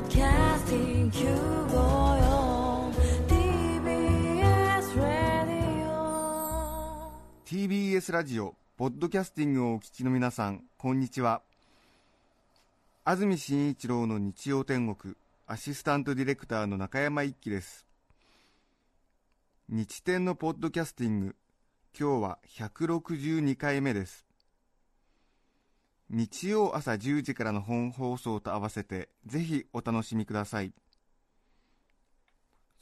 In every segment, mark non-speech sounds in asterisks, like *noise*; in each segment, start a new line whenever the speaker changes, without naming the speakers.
Casting Q54 TBS Radio
TBS ラジオポッドキャスティングをお聞きの皆さんこんにちは安住紳一郎の日曜天国アシスタントディレクターの中山一輝です日天のポッドキャスティング今日は162回目です日曜朝10時からの本放送と合わせてぜひお楽しみください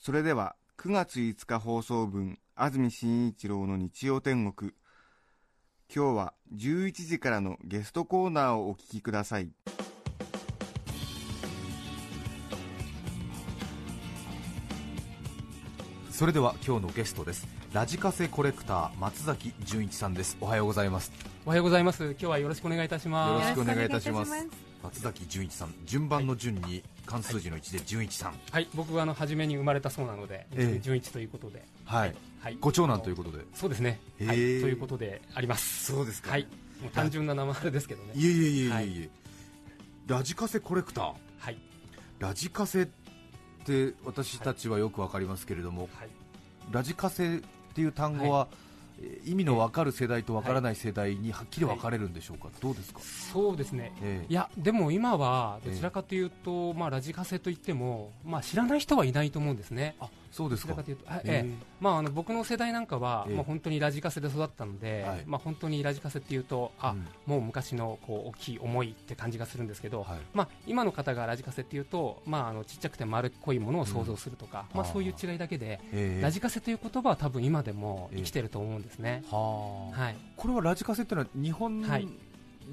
それでは9月5日放送分安住紳一郎の日曜天国今日は11時からのゲストコーナーをお聞きください
それでは今日のゲストですラジカセコレクター松崎純一さんですおはようございます
おはようございます。今日はよろしくお願いいたし
よろ
ま
し
す。
くお願いいたします
よろしくお願いいたし
松崎純一さん順番の順に関数字の1で純一さん
はい、僕はあの初めに生まれたそうなので、
ええ
純一ということで、
はい、
はい、
ご長男ということで
そうですね。
へえ
はい、ということであります。
そうですか
はい、もう単純な名前ですけどね。
いえいえいえいえいえ、
はい
ラジカセコレクター
はい、
ラジカセって私たちはよくわかりますけれども、
はい、
ラジカセっていう単語は、えー意味のわかる世代とわからない世代にはっきり分かれるんでしょうか、どうですか、
そうですね。
え
いやでも今はどちらかというと、まあ、ラジカセといっても、まあ、知らない人はいないと思うんですね、
あそうで
ど
す
ち
から
かというと、はい
え
ええまあ、あの僕の世代なんかは、
ええ
まあ、本当にラジカセで育ったので、
はい
まあ、本当にラジカセっていうと、あ、
うん
もう昔のこう大きい思いって感じがするんですけど、
はい
まあ、今の方がラジカセっていうと、まあ、あのちっちゃくて丸っこいものを想像するとか、
うん
まあ、
あー
そういう違いだけで、
ええ
ラジカセという言葉は多分今でも生きてると思うんですね。
はあ、
はい
これはラジカセってのは日本
はい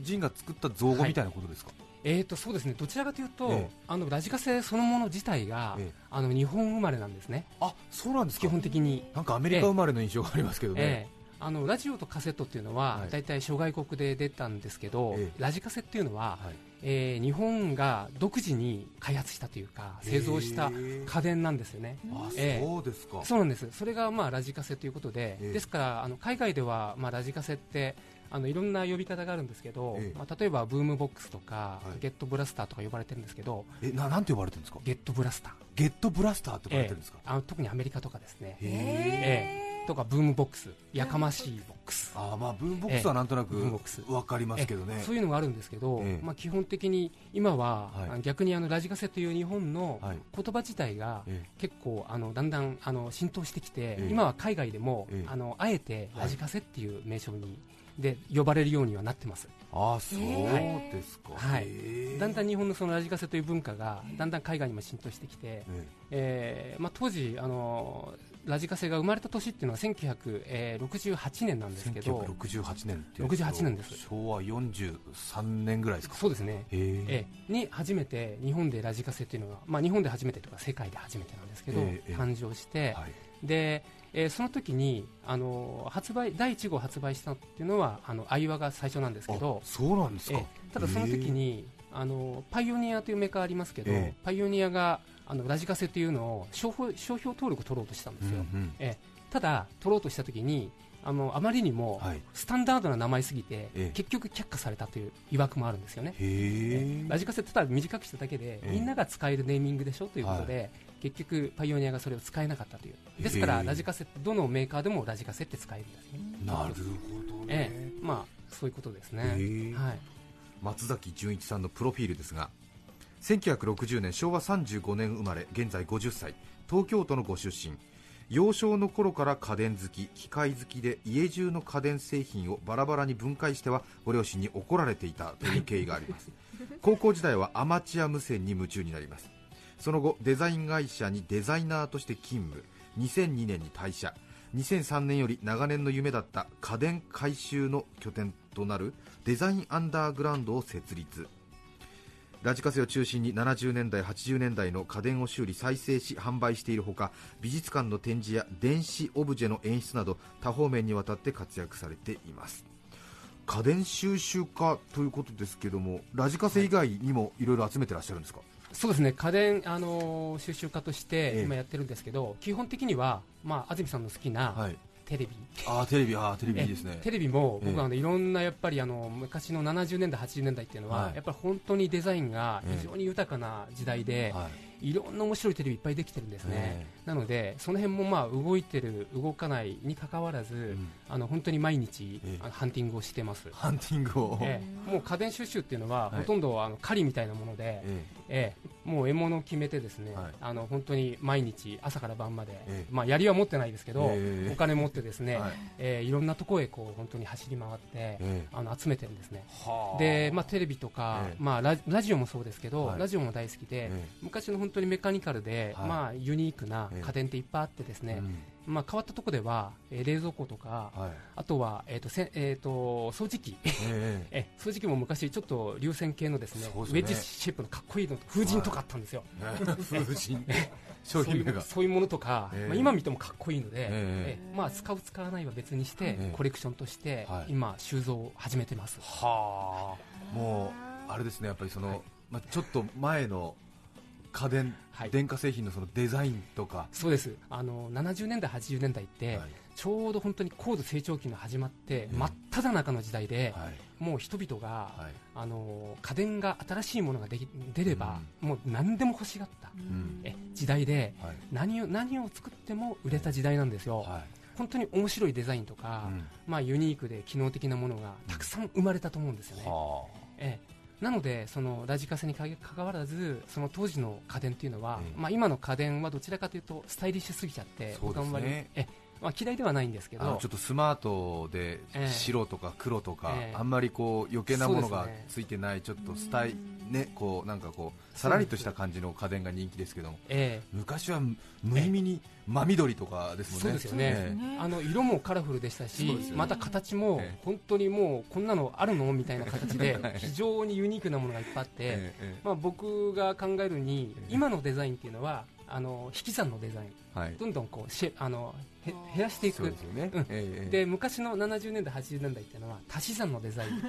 人が作った造語みたいなことですか、
えー、とそうですねどちらかというと、
ええ
あのラジカセそのもの自体が、
ええ
あの日本生まれなんですね、
あそうなんですか
基本的に、
なんかアメリカ生まれの印象がありますけど
え
ね、
えあのラジオとカセットっていうのは、
はい
大体諸外国で出たんですけど、
ええ
ラジカセっていうのは、
はい
えー日本が独自に開発したというか製造した
へえ
家電なんですよね。
あ
ええ
そうですか、
そうなんですそれがまあラジカセということで、
ええ
ですからあの海外ではまあラジカセってあのいろんな呼び方があるんですけど、
ええ
まあ、例えばブームボックスとか、
はい
ゲットブラスターとか呼ばれてるんですけど
えななんて呼ばれてるんですか
ゲットブラスター、
ゲットブラスターって呼ばれてるんですか、
あの特にアメリカとかですね、
へえ
ええとかブームボックスやかましいボックス
あまあ文ボックスはなんとなく
ええ文ボックス
わかりますけどね、
ええそういうのがあるんですけど、
ええ
まあ、基本的に今は、
はい
あの逆にあのラジカセという日本の
はい
言葉自体が
え
結構あのだんだんあの浸透してきて、
ええ
今は海外でも、
ええ
あのあえて
はい
ラジカセっていう名称に、で呼ばれるようにはなってます、
あそうですか、
はい
へえ
だんだん日本のそのラジカセという文化がだんだん海外にも浸透してきて、
え
えーまあ、当時あのラジカセが生まれた年っていうのは1968年なん
え
ですけど
1968年っていうと
68年です
昭和43年ぐらいですか
そうですね
へえ
ええに初めて日本でラジカセというのが、まあ、日本で初めてというか世界で初めてなんですけど、
ええ
誕生して、
はい
でえーその時にあの発売第1号発売したっていうのはあのアイワが最初なんですけど
あ、そうなんです
え
か、
えただその時に、あのパイオニアというメーカーありますけど、
ええ
パイオニアがあのラジカセというのを商標商標登録を取ろうとしたんで
うん
すよ、
うん
ええただ取ろうとした時にあのあまりにも
はい
スタンダードな名前すぎて、
ええ
結局却下されたという疑惑もあるんですよね
へえ
ラジカセってただ短くしただけ
え
で、
え
みんなが使えるネーミングでしょということで、結局、パイオニアがそれを使えなかったという、ですか
え
ら、
え
ラジカセって、どのメーカーでもラジカセって使えるんですね、
なるほどね、
ええまあ、そういうことですね、
ええ
はい、
松崎純一さんのプロフィールですが1960年昭和35年生まれ現在50歳東京都のご出身幼少の頃から家電好き機械好きで家中の家電製品をバラバラに分解してはご両親に怒られていたという経緯があります *laughs* 高校時代はアマチュア無線に夢中になりますその後デザイン会社にデザイナーとして勤務2002年に退社2003年より長年の夢だった家電回収の拠点となるデザインアンダーグラウンドを設立ラジカセを中心に70年代80年代の家電を修理再生し販売しているほか美術館の展示や電子オブジェの演出など多方面にわたって活躍されています家電収集家ということですけどもラジカセ以外にもいろいろ集めてらっしゃるんですか、
そうですね、家電、あのー収集家とし
ええ
て今やってるんですけど、基本的には、まあ、安住さんの好きな、
い、
テレビ
ああテレビああテレビいいですね
えテレビも
ええ
僕はあのいろんなやっぱりあの昔の70年代、80年代っていうのは、
はい
やっぱり本当にデザインが
ええ
非常に豊かな時代で、
はい
いろんな面白いテレビいっぱいできてるんですね、
え
なのでその辺もまあ動いてる、動かないにかかわらず、
えうん
あの本当に毎日、
ええ
あのハンティングをしてます。
ハンティングを
ええもう家電収集っていうの
は
は、
い
ほとんどあの狩りみたいなもので、
え
ええもう獲物を決めてですね、
はい
あの本当に毎日朝から晩まで、
ええ
まあ槍は持ってないですけど、
ええ
お金持ってですね、
はい
えーいろんなところへこう本当に走り回って、
ええ
あの集めてるんですね。
はあ
で、まあ、テレビとか、
ええ
まあ、ラジラジオもそうですけど、
はい
ラジオも大好きで、
ええ
昔の本当にメカニカルで、
はい
まあ、ユニークな
ええ
家電っていっぱいあってですね、
うん
まあ、変わったところでは、えー冷蔵庫とか、
はい
あとは、えーとせえー、と掃除機 *laughs*
ええ
え掃除機も昔ちょっと流線形のですね
そうです
ウ
ね
ェッジシェイプのかっこいいのと風神とかあったんですよ、
*laughs* 風神商
そうい
品名
う
が
そういうものとか、
ええ
まあ、今見てもかっこいいので、
え
えまあ、使う、使わないは別にして、
ええ
コレクションとして
はい
今、収蔵を始めてます、
はあもうあれですねやっぱりその、まあ、ちょっと前の家電、
はい
電化製品のそのデザインとか、
そうですあの70年代、80年代って、
はい
ちょうど本当に高度成長期の始まっ
え
て、真っ只中の時代で、
はい
もう人々が、
はい
あの家電が新しいものができ出れば、もう何でも欲しがった、
ん
え時代で
はい
何を、何を作っても売れた時代なんですよ、
は
本当に面白いデザインと
い
か、
うん
まあ、ユニークで機能的なものがたくさん生まれたと思うんですよね。
は
ええなので、そのラジカセにかかわらず、その当時の家電というのは、
ええ
まあ、今の家電はどちらかというと、スタイリッシュすぎちゃって、
そうですね
僕はあんまりええまあ、嫌いではないんですけ
ああの
ど
ちょ、っとスマートで
ええ
白とか黒とか、
ええ
あんまりこう余計なもの
そう
が
ですね
ついてない、ちょっとスタイねこうなんかこうさらりとした感じの家電が人気ですけども
え
昔は無意味に真緑とかですもんね。
そうですよね
え
えあの色もカラフルでしたし、
そうですよね
また形も
ええ
本当にもうこんなのあるのみたいな形
*laughs*
で、非常にユニークなものがいっぱいあって、
えええ
まあ、僕が考えるに
ええ、
今のデザインっていうのは、あの引き算のデザイン、
えはい
どんどんこうしあのへ減らしてい
そう
く
です。よね
うん
ええ
で昔の70年代、80年代っていうのは足し算のデザイン
うん
う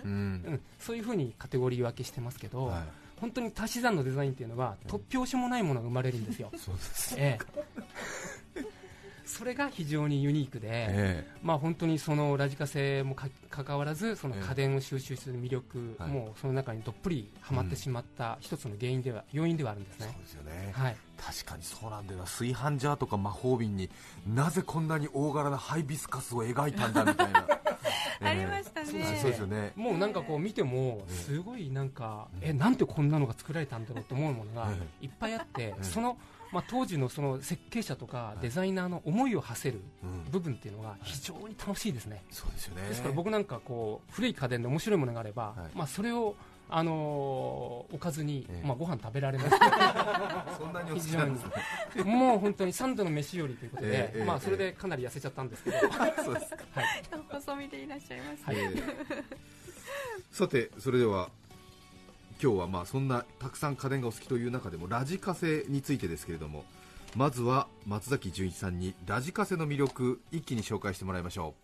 ん、そういうふうにカテゴリー分けしてますけど、
は
本当に足し算のデザインっていうのは突拍子もないものが生まれるんですよ、
い、 *laughs* そうですね。
ええ、それが非常にユニークで、
え
まあ、本当にそのラジカセもかかかわらずその
ええ
家電を収集する魅力、
はい
もうその中にどっぷりはまってしまった一つの原因では、要因ではあるんです
え
ね
そう。ですよね。
はい
確かにそうなんだよな。炊飯ジャーとか魔法瓶になぜこんなに大柄なハイビスカスを描いたんだみたい
*laughs*
な。ええ
ありましたね
はいそうですよね。
もうなんかこう見ても
ええ
すごいなんか
ええ
えなんてこんなのが作られたんだろうと思うものが
え
いっぱいあって
え
そのまあ当時のその設計者とか
い
デザイナーの思いを馳せる
うん。
部分っていうのが非常に楽しいですね
そうですよね。
ですから僕なんかこう古い家電で面白いものがあれば
はい
まあそれをあのーおかずに
ええ
まあご飯食べられます
そんなにお好きなんですね。
*laughs* もう本当に3度の飯よりということ
え
で
えええ
まあそれでかなり痩せちゃったんですけど
*laughs* そうですか。
細身でいらっしゃいます
はい
え
*laughs*
ーさてそれでは今日はまあそんなたくさん家電がお好きという中でもラジカセについてですけれどもまずは松崎純一さんにラジカセの魅力一気に紹介してもらいましょ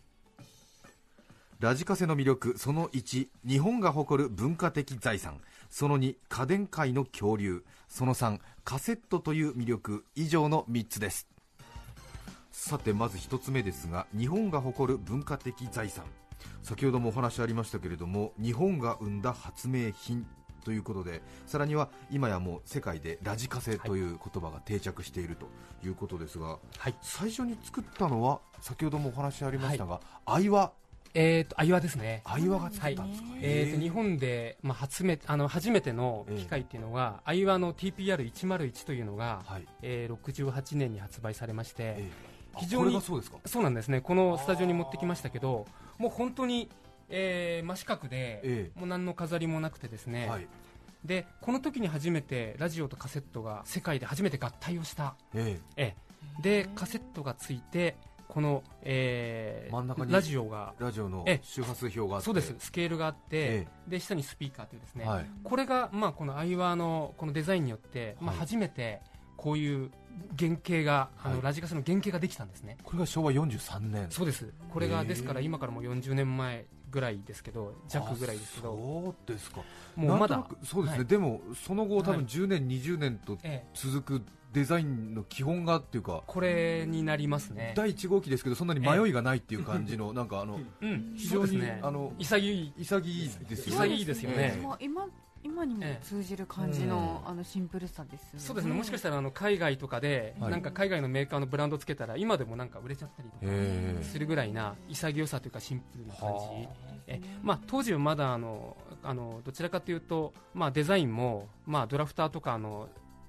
うラジカセの魅力その1日本が誇る文化的財産その2家電界の恐竜その3カセットという魅力以上の3つですさてまず1つ目ですが日本が誇る文化的財産先ほどもお話ありましたけれども日本が生んだ発明品ということでさらには今やもう世界でラジカセという言葉が定着しているということですが、
はい
最初に作ったのは先ほどもお話ありましたが、アイワ
えっとアイワですね
アイワが作ったんですか、
えー、と日本で、まあ、初めあの初めての機械っていうのが、アイワの TPR101 というのが、
はい
えー68年に発売されまして、
えーあ
非常に
これがそうですか
そうなんですねこのスタジオに持ってきましたけどもう本当に、えー真四角で、
え
もう何の飾りもなくてですね、
はい
でこの時に初めてラジオとカセットが世界で初めて合体をした、
え
ええでカセットがついてこの、えー
真ん中に
ラジオが
ーラジオの
ええ
周波数表があって
そうですスケールがあって、
え
で下にスピーカーというですね、
はい
これが、まあ、このアイワのこのデザインによって、まあ、
はい
初めてこういう原型があの、
はい
ラジカセの原型ができたんですね
これが昭和43年
そうですこれ
へ
が
ー
ですから今からもう40年前ぐらいですけど弱ぐらいですけ
あ
ど
そうですか
もう
な
まだ
んとなくそうですね、
はい
でもその後多
は
分
い
10年、20年と
ええ
続くデザインの基本がっていうか
これになりますね
第1号機ですけどそんなに迷いがないっていう感じの、
*laughs*
なんかあの
うん
非
そ
常
うです
に、
ね
あの
潔い
潔いですよ
潔
ね
いですよ
ね
もう今今にも通じる感じの、あのシンプルさですよね。
そうですねもしかしたらあの海外とかで、
はい
なんか海外のメーカーのブランドつけたら今でもなんか売れちゃったりとか
へえ
するぐらいな潔さというかシンプルな感じ
は
えまあ、当時はまだあのあのどちらかというと、まあ、デザインも、まあ、ドラフターとかあの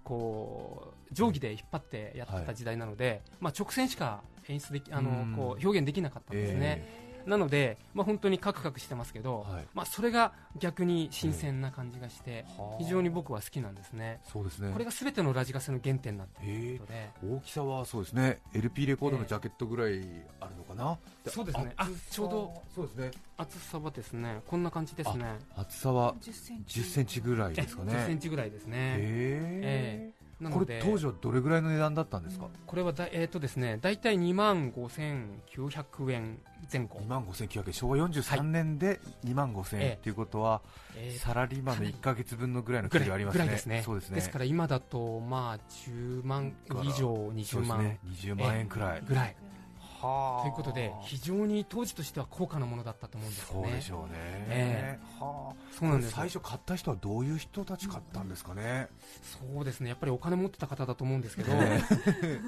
こう定規で引っ張ってやってた時代なので、まあ、直線しか演出できあの
うん
こう表現できなかったんですね、なので、まあ、本当にカクカクしてますけど、
はい
まあ、それが逆に新鮮な感じがして、
はあ
非常に僕は好きなんですね、
そうですね
これが全てのラジカセの原点なんて
へえ
ことで、
大きさはそうですね LP レコードのジャケットぐらいあるのかな、
そうですねあちょうど
そうですね
厚さはですねこんな感じですね
厚さは
10センチ
10センチぐらいですかね
10センチぐらいですね、
へえ
な
こ
の
れ
で
当時はどれぐらいの値段だったんですか、
これはだ、えーとですね、大体2万5900円前後
2、万5900円昭和43年で2万5000円、
ええ
ということは、
えー
サラリーマンの1か月分のぐらいの給料あります
ぐ
ね
らいですね
そうですね
ですから今だと、まあ、10万以上、
そう
20
です
万
ね20万円くらい、
ぐらい。
はあ
ということで、非常に当時としては高価なものだったと思うんですよ
そう
ね。
でしょうね、
え
はあ
そうな
こ
ん
れ
です
最初買った人はどういう人たち買ったんですかね、
そうですね、やっぱりお金持ってた方だと思うんですけど、
ね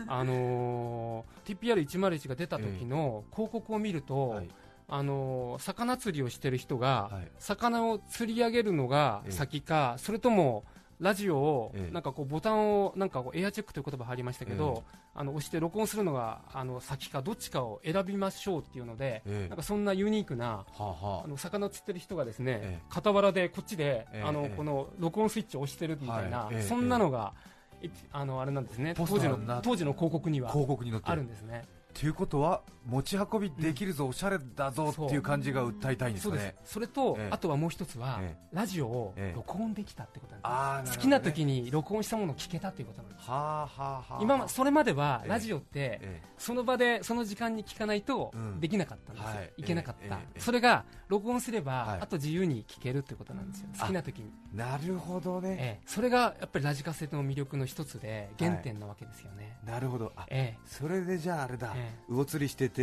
あのー、TPR101 が出た時の広告を見ると、
はい
あのー魚釣りをしてる人が、
はい
魚を釣り上げるのが
ええ
先か、それともラジオを、
ええ
なんかこうボタンをなんかこうエアチェックという言葉入りましたけど、あの押して録音するのがあの先かどっちかを選びましょうっていうので、
ええ
なんかそんなユニークな。
はあは
あの魚釣ってる人がですね、
ええ
傍らでこっちで、
ええ
あ
え
の
え
この録音スイッチを押してるみたいな、
はいええ
そんなのが、いあのあれなんですね
ポ
当
スター
時の
になって
当時の広告に
あ
は
広告に載って
あ
る
るんですね
ということは持ち運びできるぞ、おしゃれだぞっていう感じが訴えたいんです
そう
か
です
ね。
それと、
ええ
あとはもう一つは、
え
ラジオを
ええ
録音できたってことなんです、
あー
好きな
るほどね
時に録音したものを聞けたっていうことなんです
はあはあはあ
今まそれまでは
ええ
ラジオって、
え
その場でその時間に聞かないと
うん
できなかったんですよ、
はい
い、けなかっ
ええ
た、
ええ
それが録音すれば、
はい
あと自由に聞けるってことなんですよ
あ
好きな時に、
えなるほどね、
ええそれがやっぱりラジカセの魅力の一つで原点なわけですよね、
なるほどあ
え
それでじゃああれだ、
え
魚釣りしてて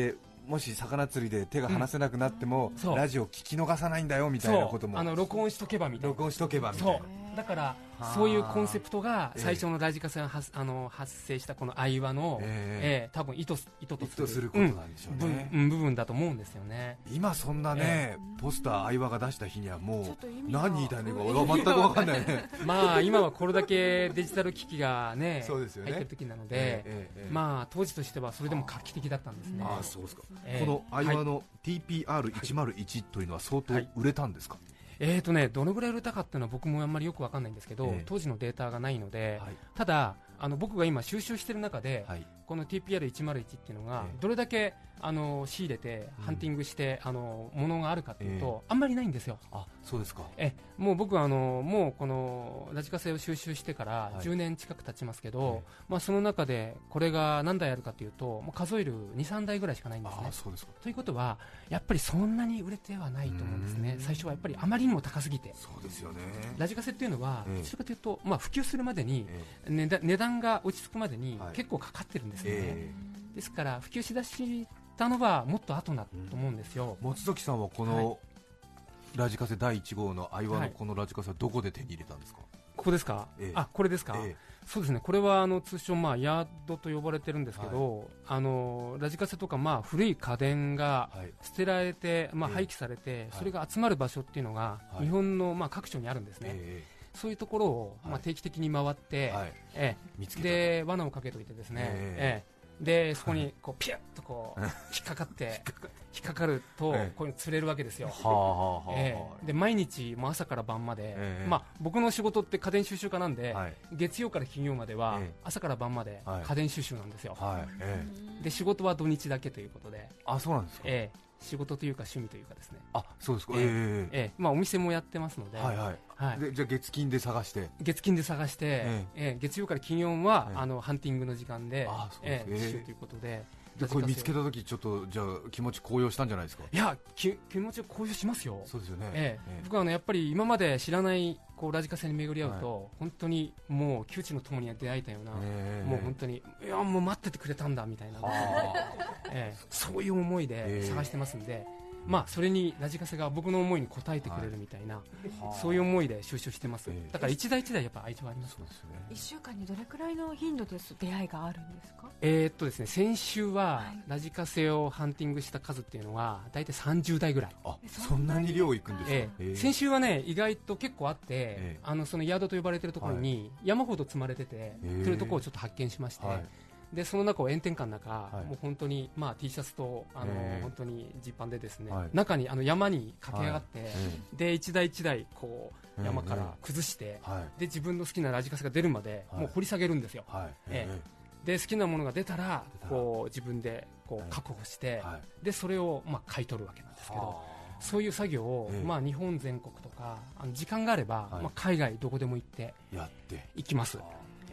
もし魚釣りで手が離せなくなっても、
んそう
ラジオ聞き逃さないんだよみ
え
たいなことも
そうあの録音しとけばみたいな
録音しとけばみたい
そ
な
うだから
はあ
そういうコンセプトが
ええ
最初のラジカセが発,、あの発生したこの愛話の、
え
ええ多分意図す意図と
意
す
図
る
することなんでしょうね、
うん部分だと思うんですよね
今そんなね、ポスター相葉が出した日には
ちょ
も
っ
う
と意味が
何言いたいのか俺は全く分かんない
*laughs*
ね
まあ今はこれだけデジタル機器がね
そうですよね
入ってる時なので、
ええええ
まあ当時としてはそれでも画期的だったんですね
ああそうですか、
ええ
この
はい
IWA の TPR101 というのは相当
はい
売れたんですか、
えーとね、どのぐらい売れたかっていうのは僕もあんまりよくわかんないんですけど、
ええ
当時のデータがないので、
はい
ただあの僕が今収集してる中で、
はい
この TPR101 っていうのが
ええ
どれだけあの仕入れて
うん
ハンティングして、あのものがあるかっていうと、あんまりないんですよ。
あそうですか
えもう僕はあのもうこのラジカセを収集してから
はい
10年近く経ちますけど、
ええ
まあ、その中でこれが何台あるかというともう数える23台ぐらいしかないんです
あ
ね
あ。そうですか
ということはやっぱりそんなに売れてはないと思うんですね
うん
最初はやっぱりあまりにも高すぎて
そうですよね
ラジカセっていうのは、
ええ
どちらかというと、まあ、普及するまでに、
え
値段値段が落ち着くまでに
はい
結構かかってるんですよね、
え
ですから普及しだしたのはもっと後だと思うんですよ、
松崎さんはこの、ラジカセ第1号の相葉
は
の
い
このラジカセはどこで手に入れたんですか、
ここですか、
ええ
あこれですか、
え
そうですねこれはあの通称、まあ、ヤードと呼ばれてるんですけど、あのラジカセとか、まあ、古い家電が
えはい
捨てられて、まあ、
ええ
廃棄されて、
はい
それが集まる場所っていうのが、
はい
日本の、まあ、各所にあるんですね、
え
そういうところを、ま
は
あ、
い
定期的に回って、
えはい、
ええ
見つけた
で罠をかけておいてですね、
え
ええでそこにこうピュッとこう引っかかって
*laughs*
引っかかると
ええ
こういうの釣れるわけですよ。
はあはあはあ、
ええで毎日もう朝から晩まで、
ええ
まあ、僕の仕事って家電収集家なんで、
はい
月曜から金曜までは
ええ
朝から晩まで
はい
家電収集なんですよ、
はいええ
で仕事は土日だけということで、
あそうなんですか、
ええ仕事というか趣味というかですね、
あそうですかえ
ええ
え
ええまあ、お店もやってますので、
はいはい
はい
でじゃあ月金で探して
月金で探して、
え
ええ月曜から金曜は、
ええ
あのハンティングの時間で
あそうで
え
す
え
ええ
刺繍ということで
でこれ見つけ
ラジカセを
た時ちょっとじゃあ気持ち高揚したんじゃないですか
いやき気持ちを向上しますよ
そうですよね、
ええ
ええ
僕はあのやっぱり今まで知らないこうラジカセに巡り合うと、本当にもう窮地の友に出会えたような、
ええ
もう本当にいやもう待っててくれたんだみたいな、ええそういう思い
え
で
え
探してますんで、まあそれにラジカセが僕の思いに応えてくれるみたいな、そういう思いで収集してます、
ええ
だから一台一台やっぱ愛情あります
そうですよね
一週間にどれくらいの頻度で出会いがあるんですか
えーっとですね先週は
はい
ラジカセをハンティングした数っていうのは大体30台ぐらい、
あ
え
そんなに量いくんですか、
ええ
ええ
先週はね意外と結構あって、
ええ
あのその宿と呼ばれてるところに山ほど積まれてて、
え
というところをちょっと発見しまして、
はい
でその中を炎天下の中、
い
もう本当に、まあ、T シャツとあの、
ええ
本当にジーパンでですね、
はい
中にあの山に駆け上がって、
え
で一台一台こ
え
う山から崩して、
えはい
で自分の好きなラジカセが出るまで、
はい
もう掘り下げるんですよ
はい
えで好きなものが出たら
出たら
こう自分でこ
はいう
確保して、
はい
でそれを、まあ、買い取るわけなんですけどそういう作業を、
ええ
まあ、日本全国とかあの時間があれば、
はい
まあ、海外どこでも行って
やって
行きます、え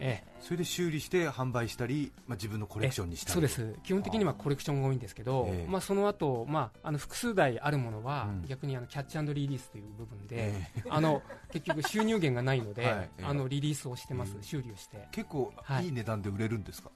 え
それで修理して販売したり、まあ、自分のコレクションにしたり
そうです基本的にはコレクションが多いんですけど
ええ
まあ、その後、まああの複数台あるものは、
うん
逆にあのキャッチリリースという部分で、
ええ
あの結局収入源がないので、
*laughs* はいええ
あのリリースをしてます、
うん
修理をして、
結構
はい
いい値段で売れるんですか、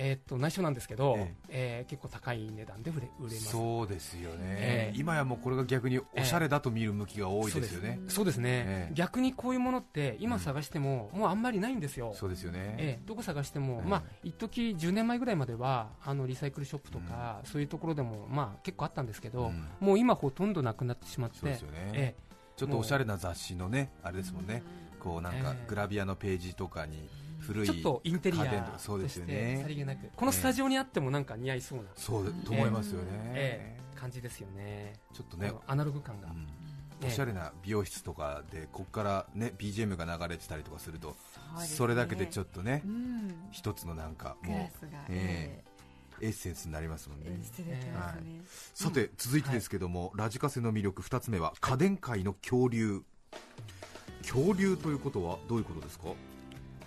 えーっと内緒なんですけど、
え
ええ結構高い値段で売れ売れます
そうですよね、
ええ
今やもうこれが逆におしゃれだと見る向きが多いですよね、
そうですね、
ええ
逆にこういうものって今探しても、もうあんまりないんですよ、
そうですよね、
ええ、どこ探しても、
ええ
まあ一時10年前ぐらいまではあのリサイクルショップとか、そういうところでも、まあ、結構あったんですけど、
うん
もう今、ほとんどなくなってしまって、
そうですよね、
え
ちょっとおしゃれな雑誌のねあれですもんね、こうなんか
ええ
グラビアのページとかに古
え、
い
ちょっとインテリア
家電とかそう
と
で
し
すよ
て、
ね
さりげなく、このスタジオにあってもなんか似合いそうな
そうでと思いますよね、
え感じですよね、
ちょっと
あ
ね
のアナログ感が。
うんおしゃれな美容室とかでこっからね BGM が流れてたりとかするとそ,、れだけでちょ
っ
っとね
とうん
一つのなんか
クラ
も
スが
う、ええエッセンスになりますもんね
演出できますね
さて続いてですけども、ラジカセの魅力2つ目は家電界の恐竜恐竜ということはどういうことですか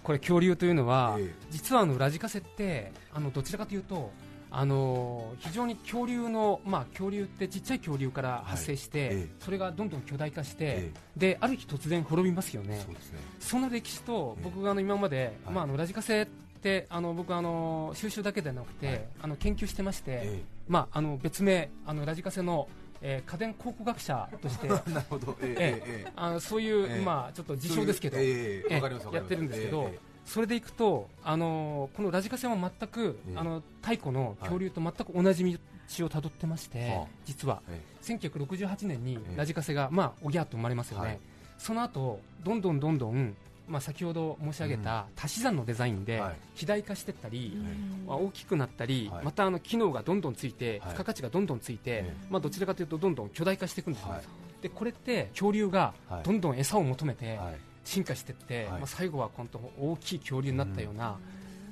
これ恐竜というのは、
ええ
実はあのラジカセってあのどちらかというとあの非常に恐竜の、まあ、恐竜ってちっちゃい恐竜から発生して、
ええ
それがどんどん巨大化して、
え
である日突然滅びますよ
え
ね
そうですね
その歴史と
ええ
僕があの今まで、
はい
まあ、あのラジカセってあの僕あの収集だけでなくて、
はい
あの研究してまして、
え
まあ、あの別名あのラジカセの、えー家電考古学者
*laughs*
として
えなるほどえええ
え
ええ
あのそういう、
ええ
まあ、ちょっと自称ですけど、
そういうええええわかりますわかります
やってるんですけど、
ええ
それでいくと、あのーこのラジカセは全く、
ええ
あの太古の恐竜と全く同じ道をたどってまして、
はあ
実は
えええ
1968年に
ええ
ラジカセが、まあ、おぎゃーっと生まれますよね、
はい
その後どんどんどんどん、まあ、先ほど申し上げた足し算のデザインで、
はい
肥大化していったり、
うん
まあ、大きくなったり、
はい
またあの機能がどんどんついて、
はい
付加価値がどんどんついて、
ええ
まあ、どちらかというとどんどん巨大化していくんですよ、
はい
でこれって恐竜が
はい
どんどん餌を求めて
はい
進化していって、
はい
まあ、最後は本当大きい恐竜になったような、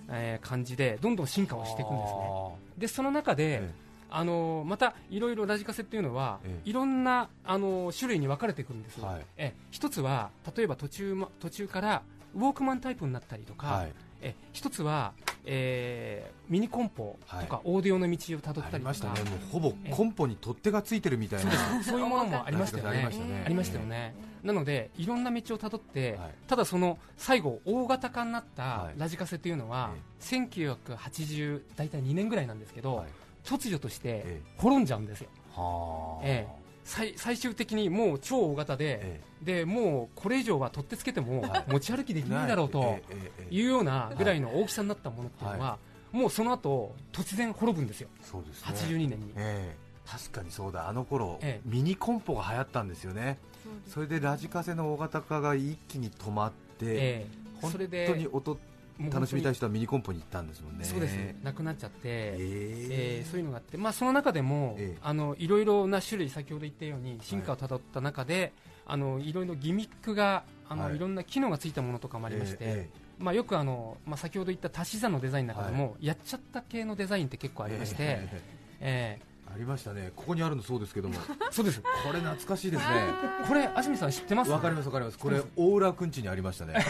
えー感じでどんどん進化をしていくんですねでその中で、
ええ
あのーまたいろいろラジカセっていうのは、
ええ
いろんな、あのー種類に分かれてくるんです、
はい
え一つは例えば途中も途中からウォークマンタイプになったりとか、
はい
え一つは、えーミニコンポとかオーディオの道をたどっ
あ
た
り
り
ま
と
し
か、
たねもうほぼコンポに取っ手がついてるみたいな
そういうものもありましたよ
あり
ね
ましたね
ありましたよね、なのでいろんな道をたどって、
はい
ただその最後大型化になっ
は
た
い
ラジカセというのは、
え
1980大体2年ぐらいなんですけど、
はい
突如とし
え
て滅んじゃうんですよ、
はあ
ええ最最終的にもう超大型で、
え
でもうこれ以上は取ってつけても
はい
持ち歩きできないだろうと
ええええええ
いうようなぐらいの大きさになったものっていうのは、もうその後突然滅ぶんですよ、
そうですね
82年に。
ええ確かにそうだあの頃、
ええ
ミニコンポが流行ったんですよねそれでラジカセの大型化が一気に止まって、
ええ
本
そ
当
れで
に音
もう本当に
楽しみたい人はミニコンポに行ったんですもんね
そうですなくなっちゃって、
え
え
え
ーそういうのがあって、まあ、その中でも、
ええ
あのいろいろな種類先ほど言ったように進化をたどった中で、い、あのいろいろギミックがあの、
はい
い、ろんな機能がついたものとかもありまして、
ええ
まあ、よくあの、まあ、先ほど言った足し算のデザインの中でも、やっちゃった系のデザインって結構ありまして、
ええええ
えー
ありましたねここにあるのそうですけども
*laughs* そうです
これ懐かしいですね
これ安住さん知ってます
わかりますわかりますこれ大浦くんちにありま
*laughs*
したね、ええ、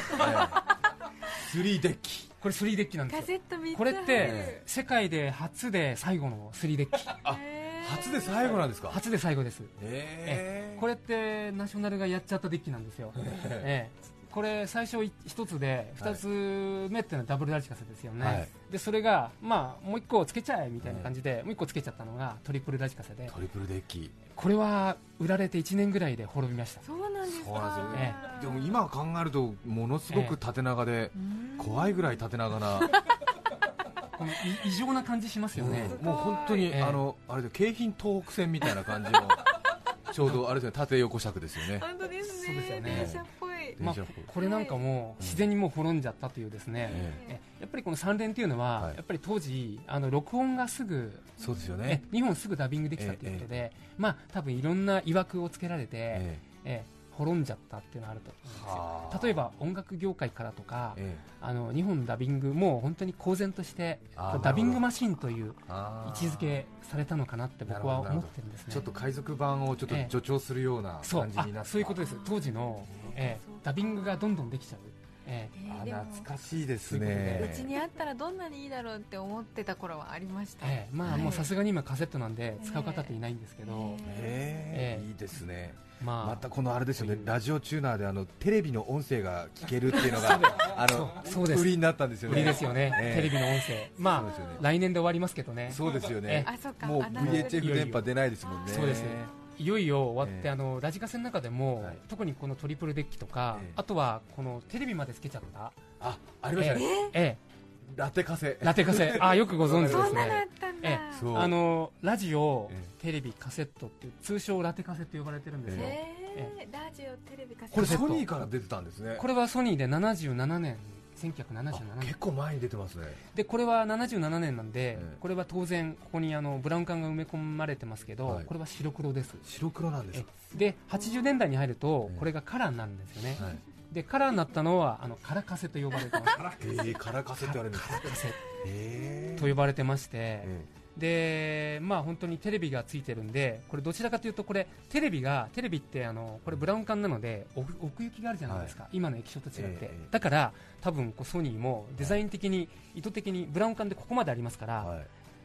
3デッキ
これ3デッキなんで
カ
すよ
セット見たい
これって
え
世界で初で最後の3デッキ
えー
初で最後なんですか
初で最後です
ええ
これってナショナルがやっちゃったデッキなんですよ、ええこれ最初い一つで
はい
二つ目っていうのはダブルラジカセですよね、
はい
でそれが、まあ、もう一個つけちゃえみたいな感じで、もう一個つけちゃったのがトリプルラジカセで
トリプルデッキ
これは売られて1年ぐらいで滅びました
そうなんですか
そうなん
ですよね
でも今考えるとものすごく縦長で怖いぐらい縦長な、
このい異常な感じしますよね、
もう本当に、
ええ
あのあれで京浜東北線みたいな感じのちょうどあれですね縦横尺ですよね
本当ですね
そうですよね
電車っぽい
電
まあ、
車
こ
っぽい
これなんかもう自然にもう滅んじゃったというですね、
え
えやっぱりこの3連っていうのは、
はい
やっぱり当時あの録音がすぐ
そうですよ
え
ね
日本すぐダビングできたということで、まあ多分いろんな曰くをつけられて、え
え
滅んじゃったっていうのがあると思うんですよ
はあ
例えば音楽業界からとか、
ええ
あの日本ダビングも本当に公然として
あーな
こう
るほど
ダビングマシンという位
あー
置づけされたのかなって僕は
なるほどなるほ
思っ
ど
てるんですね
ちょっと海賊版をちょっと
ええ
助長するような
そう
感じ
あ
になった
そういうことです当時の、ええダビングがどんどんできちゃう、ええ
えー
あ
でも
懐かしいです
という
ね
うちにあったらどんなにいいだろうって思ってた頃はありました、
ええまあ、
はい
もうさすがに今カセットなんで使う方っていないんですけど、
ええ
ええ
いいですね
まあ
またこのあれですよね
こういう
ラジオチューナーであのテレビの音声が聞けるっていうのがあ
*laughs* そう
の
です
売りになったんですよ
売
ね
りですよね、
ええ
テレビの音声、ま
そう
あ
ですよね
来年で終わりますけどね、
そうですよね
あそっか
もう
アナログ
VHF 電波出ないですもんね
そうですいよいよ終わっ
え
て、
え
あのラジカセの中でも、
はい
特にこのトリプルデッキとか、
ええ
あとはこのテレビまでつけちゃった、
あありましたね
ええ
ラテカセ
ラテカセ、
*laughs*
あよくご存知で
そ
す
んなのあ
ね
っ。たん
え
だ
え
そう
あのラジオ
え、
テレビ、カセットっていう通称ラテカセって呼ばれてるんですよ、
え
えーラジオテレビか
これ
カセッ
ソ
ト
ニーから出てたんですね
これはソニーで77年
あ
1977年
結構前に出てますね
でこれは77年なんで、
ええ
これは当然ここにあのブラウン管が埋め込まれてますけど、
はい
これは白黒です
白黒なんです
えで80年代に入ると
ええ
これがカラーになるんですよね、
はい
でカラーになったのはあのカラカセと呼ばれてますカラ
えー、 *laughs* カラカセって言われるんですか
カセ
え
と呼ばれてまして、
え
でまあ本当にテレビがついてるんでこれどちらかというとこれテレビがテレビってあのこれブラウン管なので奥奥行きがあるじゃないですか、今の液晶と違って、
ええ
だから多分こうソニーもデザイン的に、意図的にブラウン管でここまでありますから、
は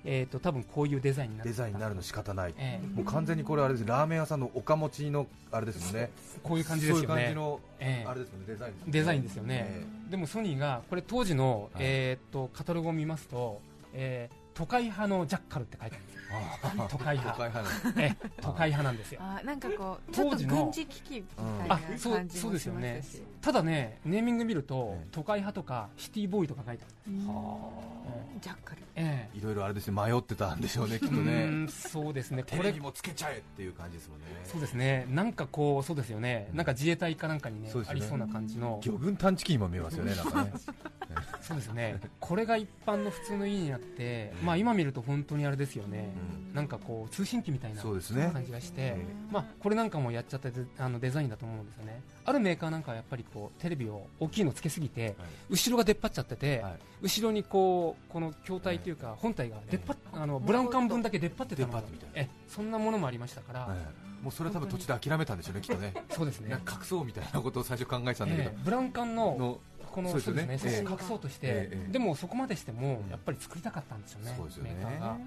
えー、と多分こういうデザインに
い、
なっ
デ
て
ザインになるの仕方ない、
ええ
もう完全にこれあれですラーメン屋さんのおかもちのあれですもんね
こういう感じです
そうい
よ
う感
ね
じの、
ええ
あれですもんねデザインですもんね
デザインですよね、
え
でもソニーがこれ当時の、
はい
えー、とカタログを見ますと、えー都会派のジャッカルって書いてあ
*laughs*
るん
あ
ですよ都
*laughs*
会
都
派
会派な
ええ都会派なんですよ
あなんかこうちょっと
当時の
軍事危機みたいな
あ
感じ
そう
もし
そう
ま
ですよね
したした
だねネーミング見ると、
ええ
都会派とかシティボーイとか書いてある
うんジャッカル
ええ
いろいろあれですね迷ってたんでしょうねきっと
う
ね
んそうですねこ
テレ
れ
ビもつけちゃえっていう感じですもんね
そうですねなんかこうそうですよねなんか自衛隊かなんかにね
そうです
あ
よね
りそうな感じの
魚群探知機にも見えますよねなんかね
そうですねこれが一般の普通の家になって、まあ、今見ると本当にあれですよね、なんかこう通信機みたいな
そうですね
感じがして、
え
まあ、これなんかもやっちゃったデあのデザインだと思うんですよねあるメーカーなんかはやっぱりこうテレビを大きいのつけすぎて、後ろが出っ張っちゃってて、
はい
後ろにこうこの筐体というか本体が出っ張っ、あのブラウン管分だけ出っ張ってたの
出っ張ってみたいな
えそんなものもありましたから、
ええもうそれは多分途中で諦めたんでしょうねきっとね
そうですね
なん、か隠そうみたいなことを最初考えてたんだけど、
ええブラウン管の
の
この
そうです
そ
よ
うで
ね
すね
ええ
写真を隠そうとして、
ええ
でもそこまでしても
うん
やっぱり作りたかったんですよね、
そうですよね
メーカーが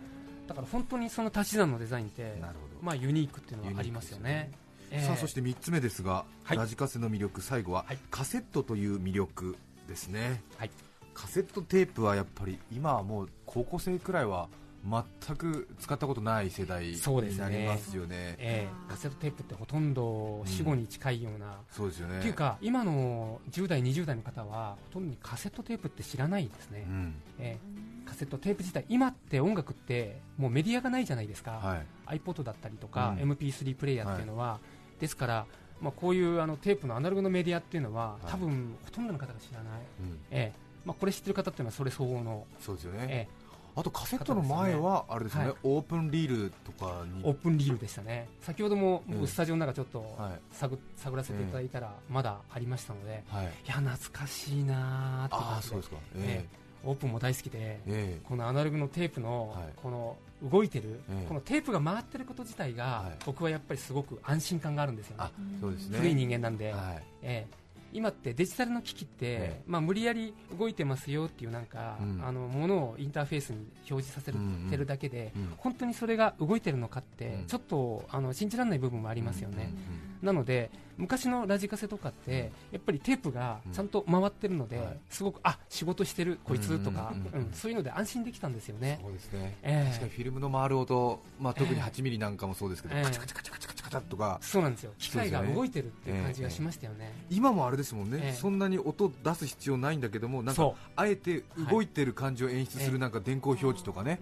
だから本当にその足し算のデザインって
なるほど
まあ、ユニークっていうのはありますよねええ
さあそして3つ目ですが、
はい
ラジカセの魅力最後は、
はい
カセットという魅力ですね
はい
カセットテープはやっぱり今はもう高校生くらいは全く使ったことない世代
そうで
に
すね
なりますよね
ええカセットテープってほとんど死後に近いような、
そうですよね
っていうか今の10代20代の方はほとんどカセットテープって知らないですね、
うん
ええカセットテープ自体今って音楽ってもうメディアがないじゃないですか、
はい
iPod だったりとか、
うん
MP3 プレイヤーっていうのは、ですから、まあ、こういうあのテープのアナログのメディアっていうのは、
はい
多分ほとんどの方が知らない、
うん
ええまあ、これ知ってる方っていうのはそれ相応の、
そうですよね、
え
あとカセットの前はあれですよね、
はい
オープンリールとか
え
に
オープンリールでしたね先ほども
ええ
僕スタジオの中ちょっと
はい
探,、探らせていただいたらまだありましたので、
はい
いや懐かしいなーって
あ
感
あ
じ
そうですか、
ええオープンも大好きで、
え
このアナログのテープの
はい
この動いてる、
ええ
このテープが回ってること自体が
はい
僕はやっぱりすごく安心感があるんですよね
あ、そうですね
古い人間なんで、
はい
ええ今ってデジタルの機器って、
ええ
まあ、無理やり動いてますよっていうなんか、
うん
あのものをインターフェースに表示させる
うんうん
てるだけで、
うん
本当にそれが動いてるのかって、
うん
ちょっとあの信じられない部分もありますよね。
うんうん
なので昔のラジカセとかって、やっぱりテープがちゃんと回ってるので、
はい
すごくあ仕事してるこいつとか、
うんうんう
うん
うん
んそういうので安心できたんですよね
うん。そうですね
ええ
確かにフィルムの回る音、まあ、特に
ええ
8ミリなんかもそうですけど、
ええ
カチャカチャカチャカチャカチャカチャとか
そうなんですよ機械
そう
が
ですよね
動いてるっていう感じがしましたよね。
今もあれですもんね、
ええ
そんなに音出す必要ないんだけどもなんか
そ
あえて動いてる感じを演出す
は
る
い
なんか電光表示とかね、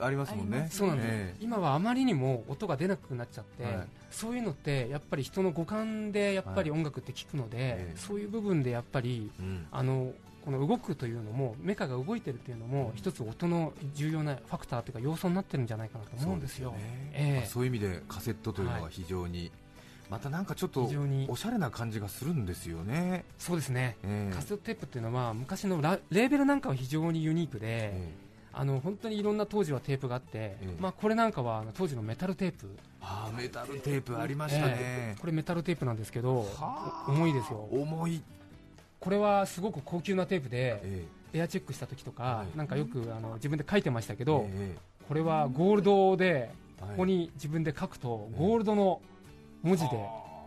ありますも
あ
ん
り
ね
ま
そうなんです、
ええ
今はあまりにも音が出なくなっちゃって、
はい
そういうのってやっぱり人の五感でやっぱり音楽って聞くので、
ええ
そういう部分でやっぱり
うん
あのこの動くというのもメカが動いてるというのも一つ音の重要なファクターというか要素になってるんじゃないかなと思うんですよ。
そうね
ええ
まあそういう意味でカセットというのは非常に、またなんかちょっと
非常に
おしゃれな感じがするんですよね、
そうですね、
ええ
カセットテープっていうのは昔のラレーベルなんかは非常にユニークで、
ええ
あの本当にいろんな当時はテープがあって、
え
まあ、これなんかはあの当時のメタルテープ、
ああメタルテープありましたね、
これメタルテープなんですけど
はあ
重いですよ
重い、
これはすごく高級なテープで
え
エアチェックした時とか、
ええ
なんかよくあの自分で書いてましたけ
え
ど、
え
これはゴールドで
えはい
ここに自分で書くと
ええ
ゴールドの文字で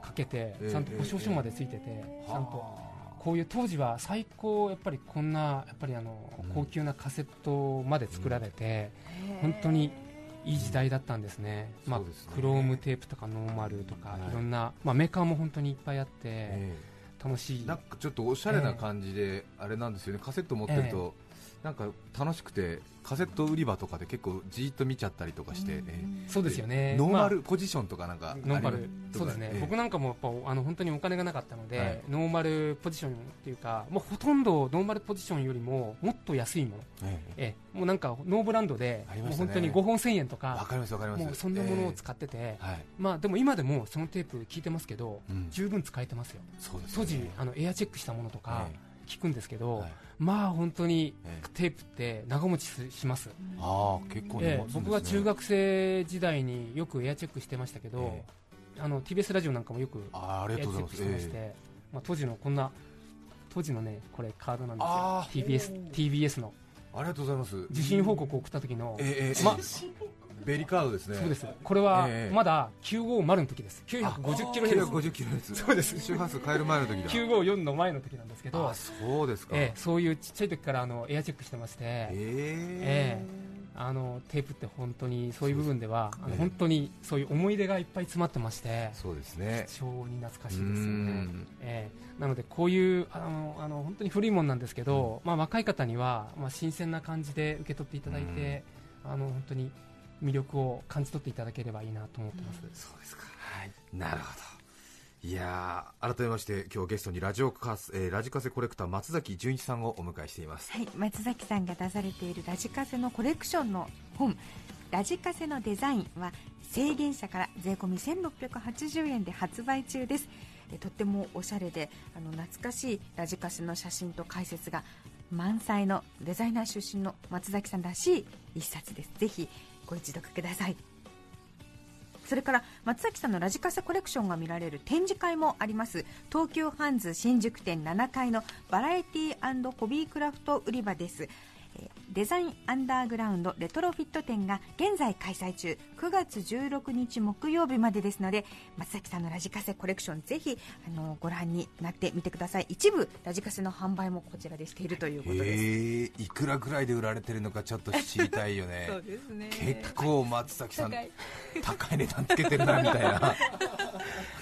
書けて
ええ
ちゃんと保証書までついててちゃんと
は
こういう当時は最高やっぱりこんなやっぱりあの
うん
高級なカセットまで作られて本当にいい時代だったんですね
うん
まあ
そうですね
クロームテープとかノーマルとか
はい
いろんなまあメーカーも本当にいっぱいあって
え
楽し
え
い
なんかちょっとおしゃれな感じで、あれなんですよねカセット持ってると、なんか楽しくてカセット売り場とかで結構じーっと見ちゃったりとかして、ええ
そうですよね
ノー
ま
マ
あ
ルポジションとかなんかあり
ノーマ
と
ル
か、
そうですね、
ええ
僕なんかもやっぱあの本当にお金がなかったので、
はい
ノーマルポジションっていうか、もうほとんどノーマルポジションよりももっと安いもの、
ええ
ええもうなんかノーブランドで、
ありま
もう
したね
本当に5本1000円と
わ
か、
かりますわかります
もうそんなものを使ってて、
ええはい、
まあでも今でもそのテープ聞いてますけど、
うん
十分使えてますよ、
そうです
当
よ
時
ね、
あのエアチェックしたものとか
え
聞くんですけ
え
ど、
はい
まあ本当に
ええ
テープって長持ちすします。
ああ結構ね、
ええ僕は中学生時代によくエアチェックしてましたけど、
え
あの TBS ラジオなんかもよく
あーありがとうございます
チェックしてまして、
え
まあ、当時のこんな当時のねこれカードなん
あ
ですよ TBS, TBS の
えありがとうございます
受信報告を送った時の、
ええええ
ま
ベリカードですね
そうですこれは
ええ
まだ950の時です950キロヘルツ
950キロですそうです *laughs* 周波数変える前の時だ
954の前の時なんですけど
あ、そうですか
ええそういうちっちゃい時からあのエアチェックしてまして、
え
えあのテープって本当にそういう部分ではあ
え
の
え
本当にそういう思い出がいっぱい詰まってまして
そうですね
非常に懐かしいです
う
よね
ん、
ええなのでこういうあのあの本当に古いもんなんですけど、まあ、若い方には、まあ、新鮮な感じで受け取っていただいて、あの本当に魅力を感じ取っていただければいいなと思ってます、
そうですか、なるほどいやー改めまして今日ゲストにラジオカス、えーラジカセコレクター松崎純一さんをお迎えしています
はい、松崎さんが出されているラジカセのコレクションの本「ラジカセのデザイン」は制限者から税込み1680円で発売中ですえとってもおしゃれであの懐かしいラジカセの写真と解説が満載のデザイナー出身の松崎さんらしい一冊ですぜひご一読くださいそれから松崎さんのラジカセコレクションが見られる展示会もあります東急ハンズ新宿店7階のバラエティホビークラフト売り場ですえーデザインアンダーグラウンドレトロフィット展が現在開催中9月16日木曜日までですので松崎さんのラジカセコレクションぜひあのご覧になってみてください一部ラジカセの販売もこちらでしているという
え
ことです、
ー、いくらぐらいで売られてるのかちょっと知りたいよ
*laughs*
ね
そうですね
結構松崎さん
高い
高い値段つけてるなみたい
*laughs*
な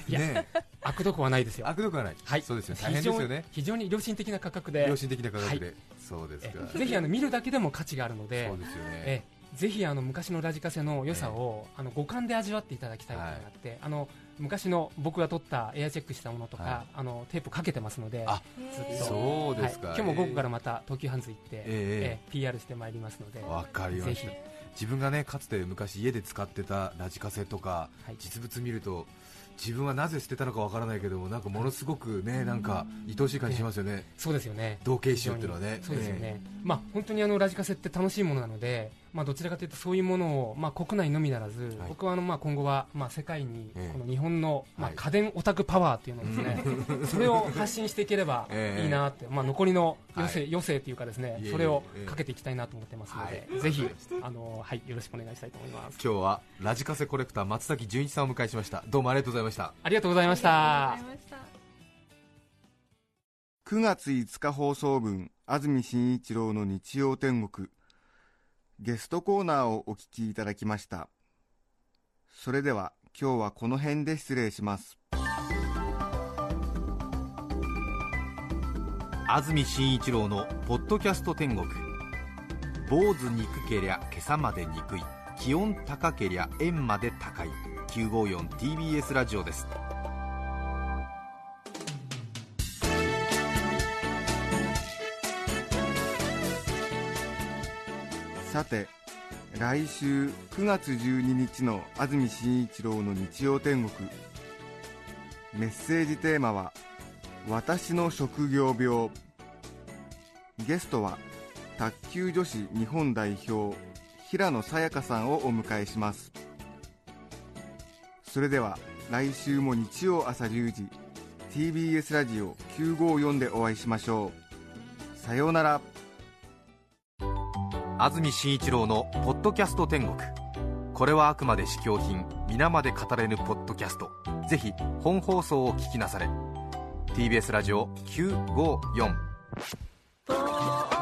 ねえ
悪どこはないですよ
悪毒はない、
はい
そうですよね大変ですよね
非常に非常に良心的な価格で
良心的な価格で、
はい
そうです
え
か
えぜひあの見るだけでも価値があるので
そうですよね、
ええぜひあの昔のラジカセの良さを、あの五感で味わっていただきたいというのがあって、あの昔の僕が撮ったエアチェックしたものとか、
は
あのテープかけてますので
あ
ずっと
そうですか
はい今日も午後からまた東急ハンズ行って、え
え
え PR してまいりますので
わかりました
ぜ
自分がねかつて昔家で使ってたラジカセとか、
はい
実物見ると自分はなぜ捨てたのかわからないけどもなんかものすごくねなんか愛しい感じしますよね
そうですよね
同系種っていうのはね
そうですよね、まあ、本当にあのラジカセって楽しいものなので、まあ、どちらかというとそういうものを、まあ、国内のみならず、
はい
僕はあのまあ今後はまあ世界に
ええ
この日本のまあ
はい
家電オタクパワーっていうのをです
*laughs*
ね、それを発信していければ
ええ
いいなって、まあ、残りの余生,、
はい
余生というかですね
いえいえ
それを
ええ
かけていきたいなと思ってますので、
はい
ぜひあの、はい、よろしくお願いしたいと思います
今日はラジカセコレクター松崎純一さんをお迎えしましたどうもありがとうございました
ありがとうございまし
あ
た
りがとうございました
9月5日放送分安住紳一郎の日曜天国ゲストコーナーをお聞きいただきましたそれでは今日はこの辺で失礼します
安住紳一郎の「ポッドキャスト天国」「坊主憎けりゃ今朝まで憎い気温高けりゃ円まで高い」954TBS ラジオです
さて来週9月12日の安住紳一郎の日曜天国メッセージテーマは「私の職業病」ゲストは卓球女子日本代表平野早矢香さんをお迎えしますそれでは来週も日曜朝10時 TBS ラジオ954でお会いしましょうさようなら
安住紳一郎の「ポッドキャスト天国」これはあくまで試供品皆まで語れぬポッドキャストぜひ本放送を聞きなされ TBS ラジオ954
「ぼーっ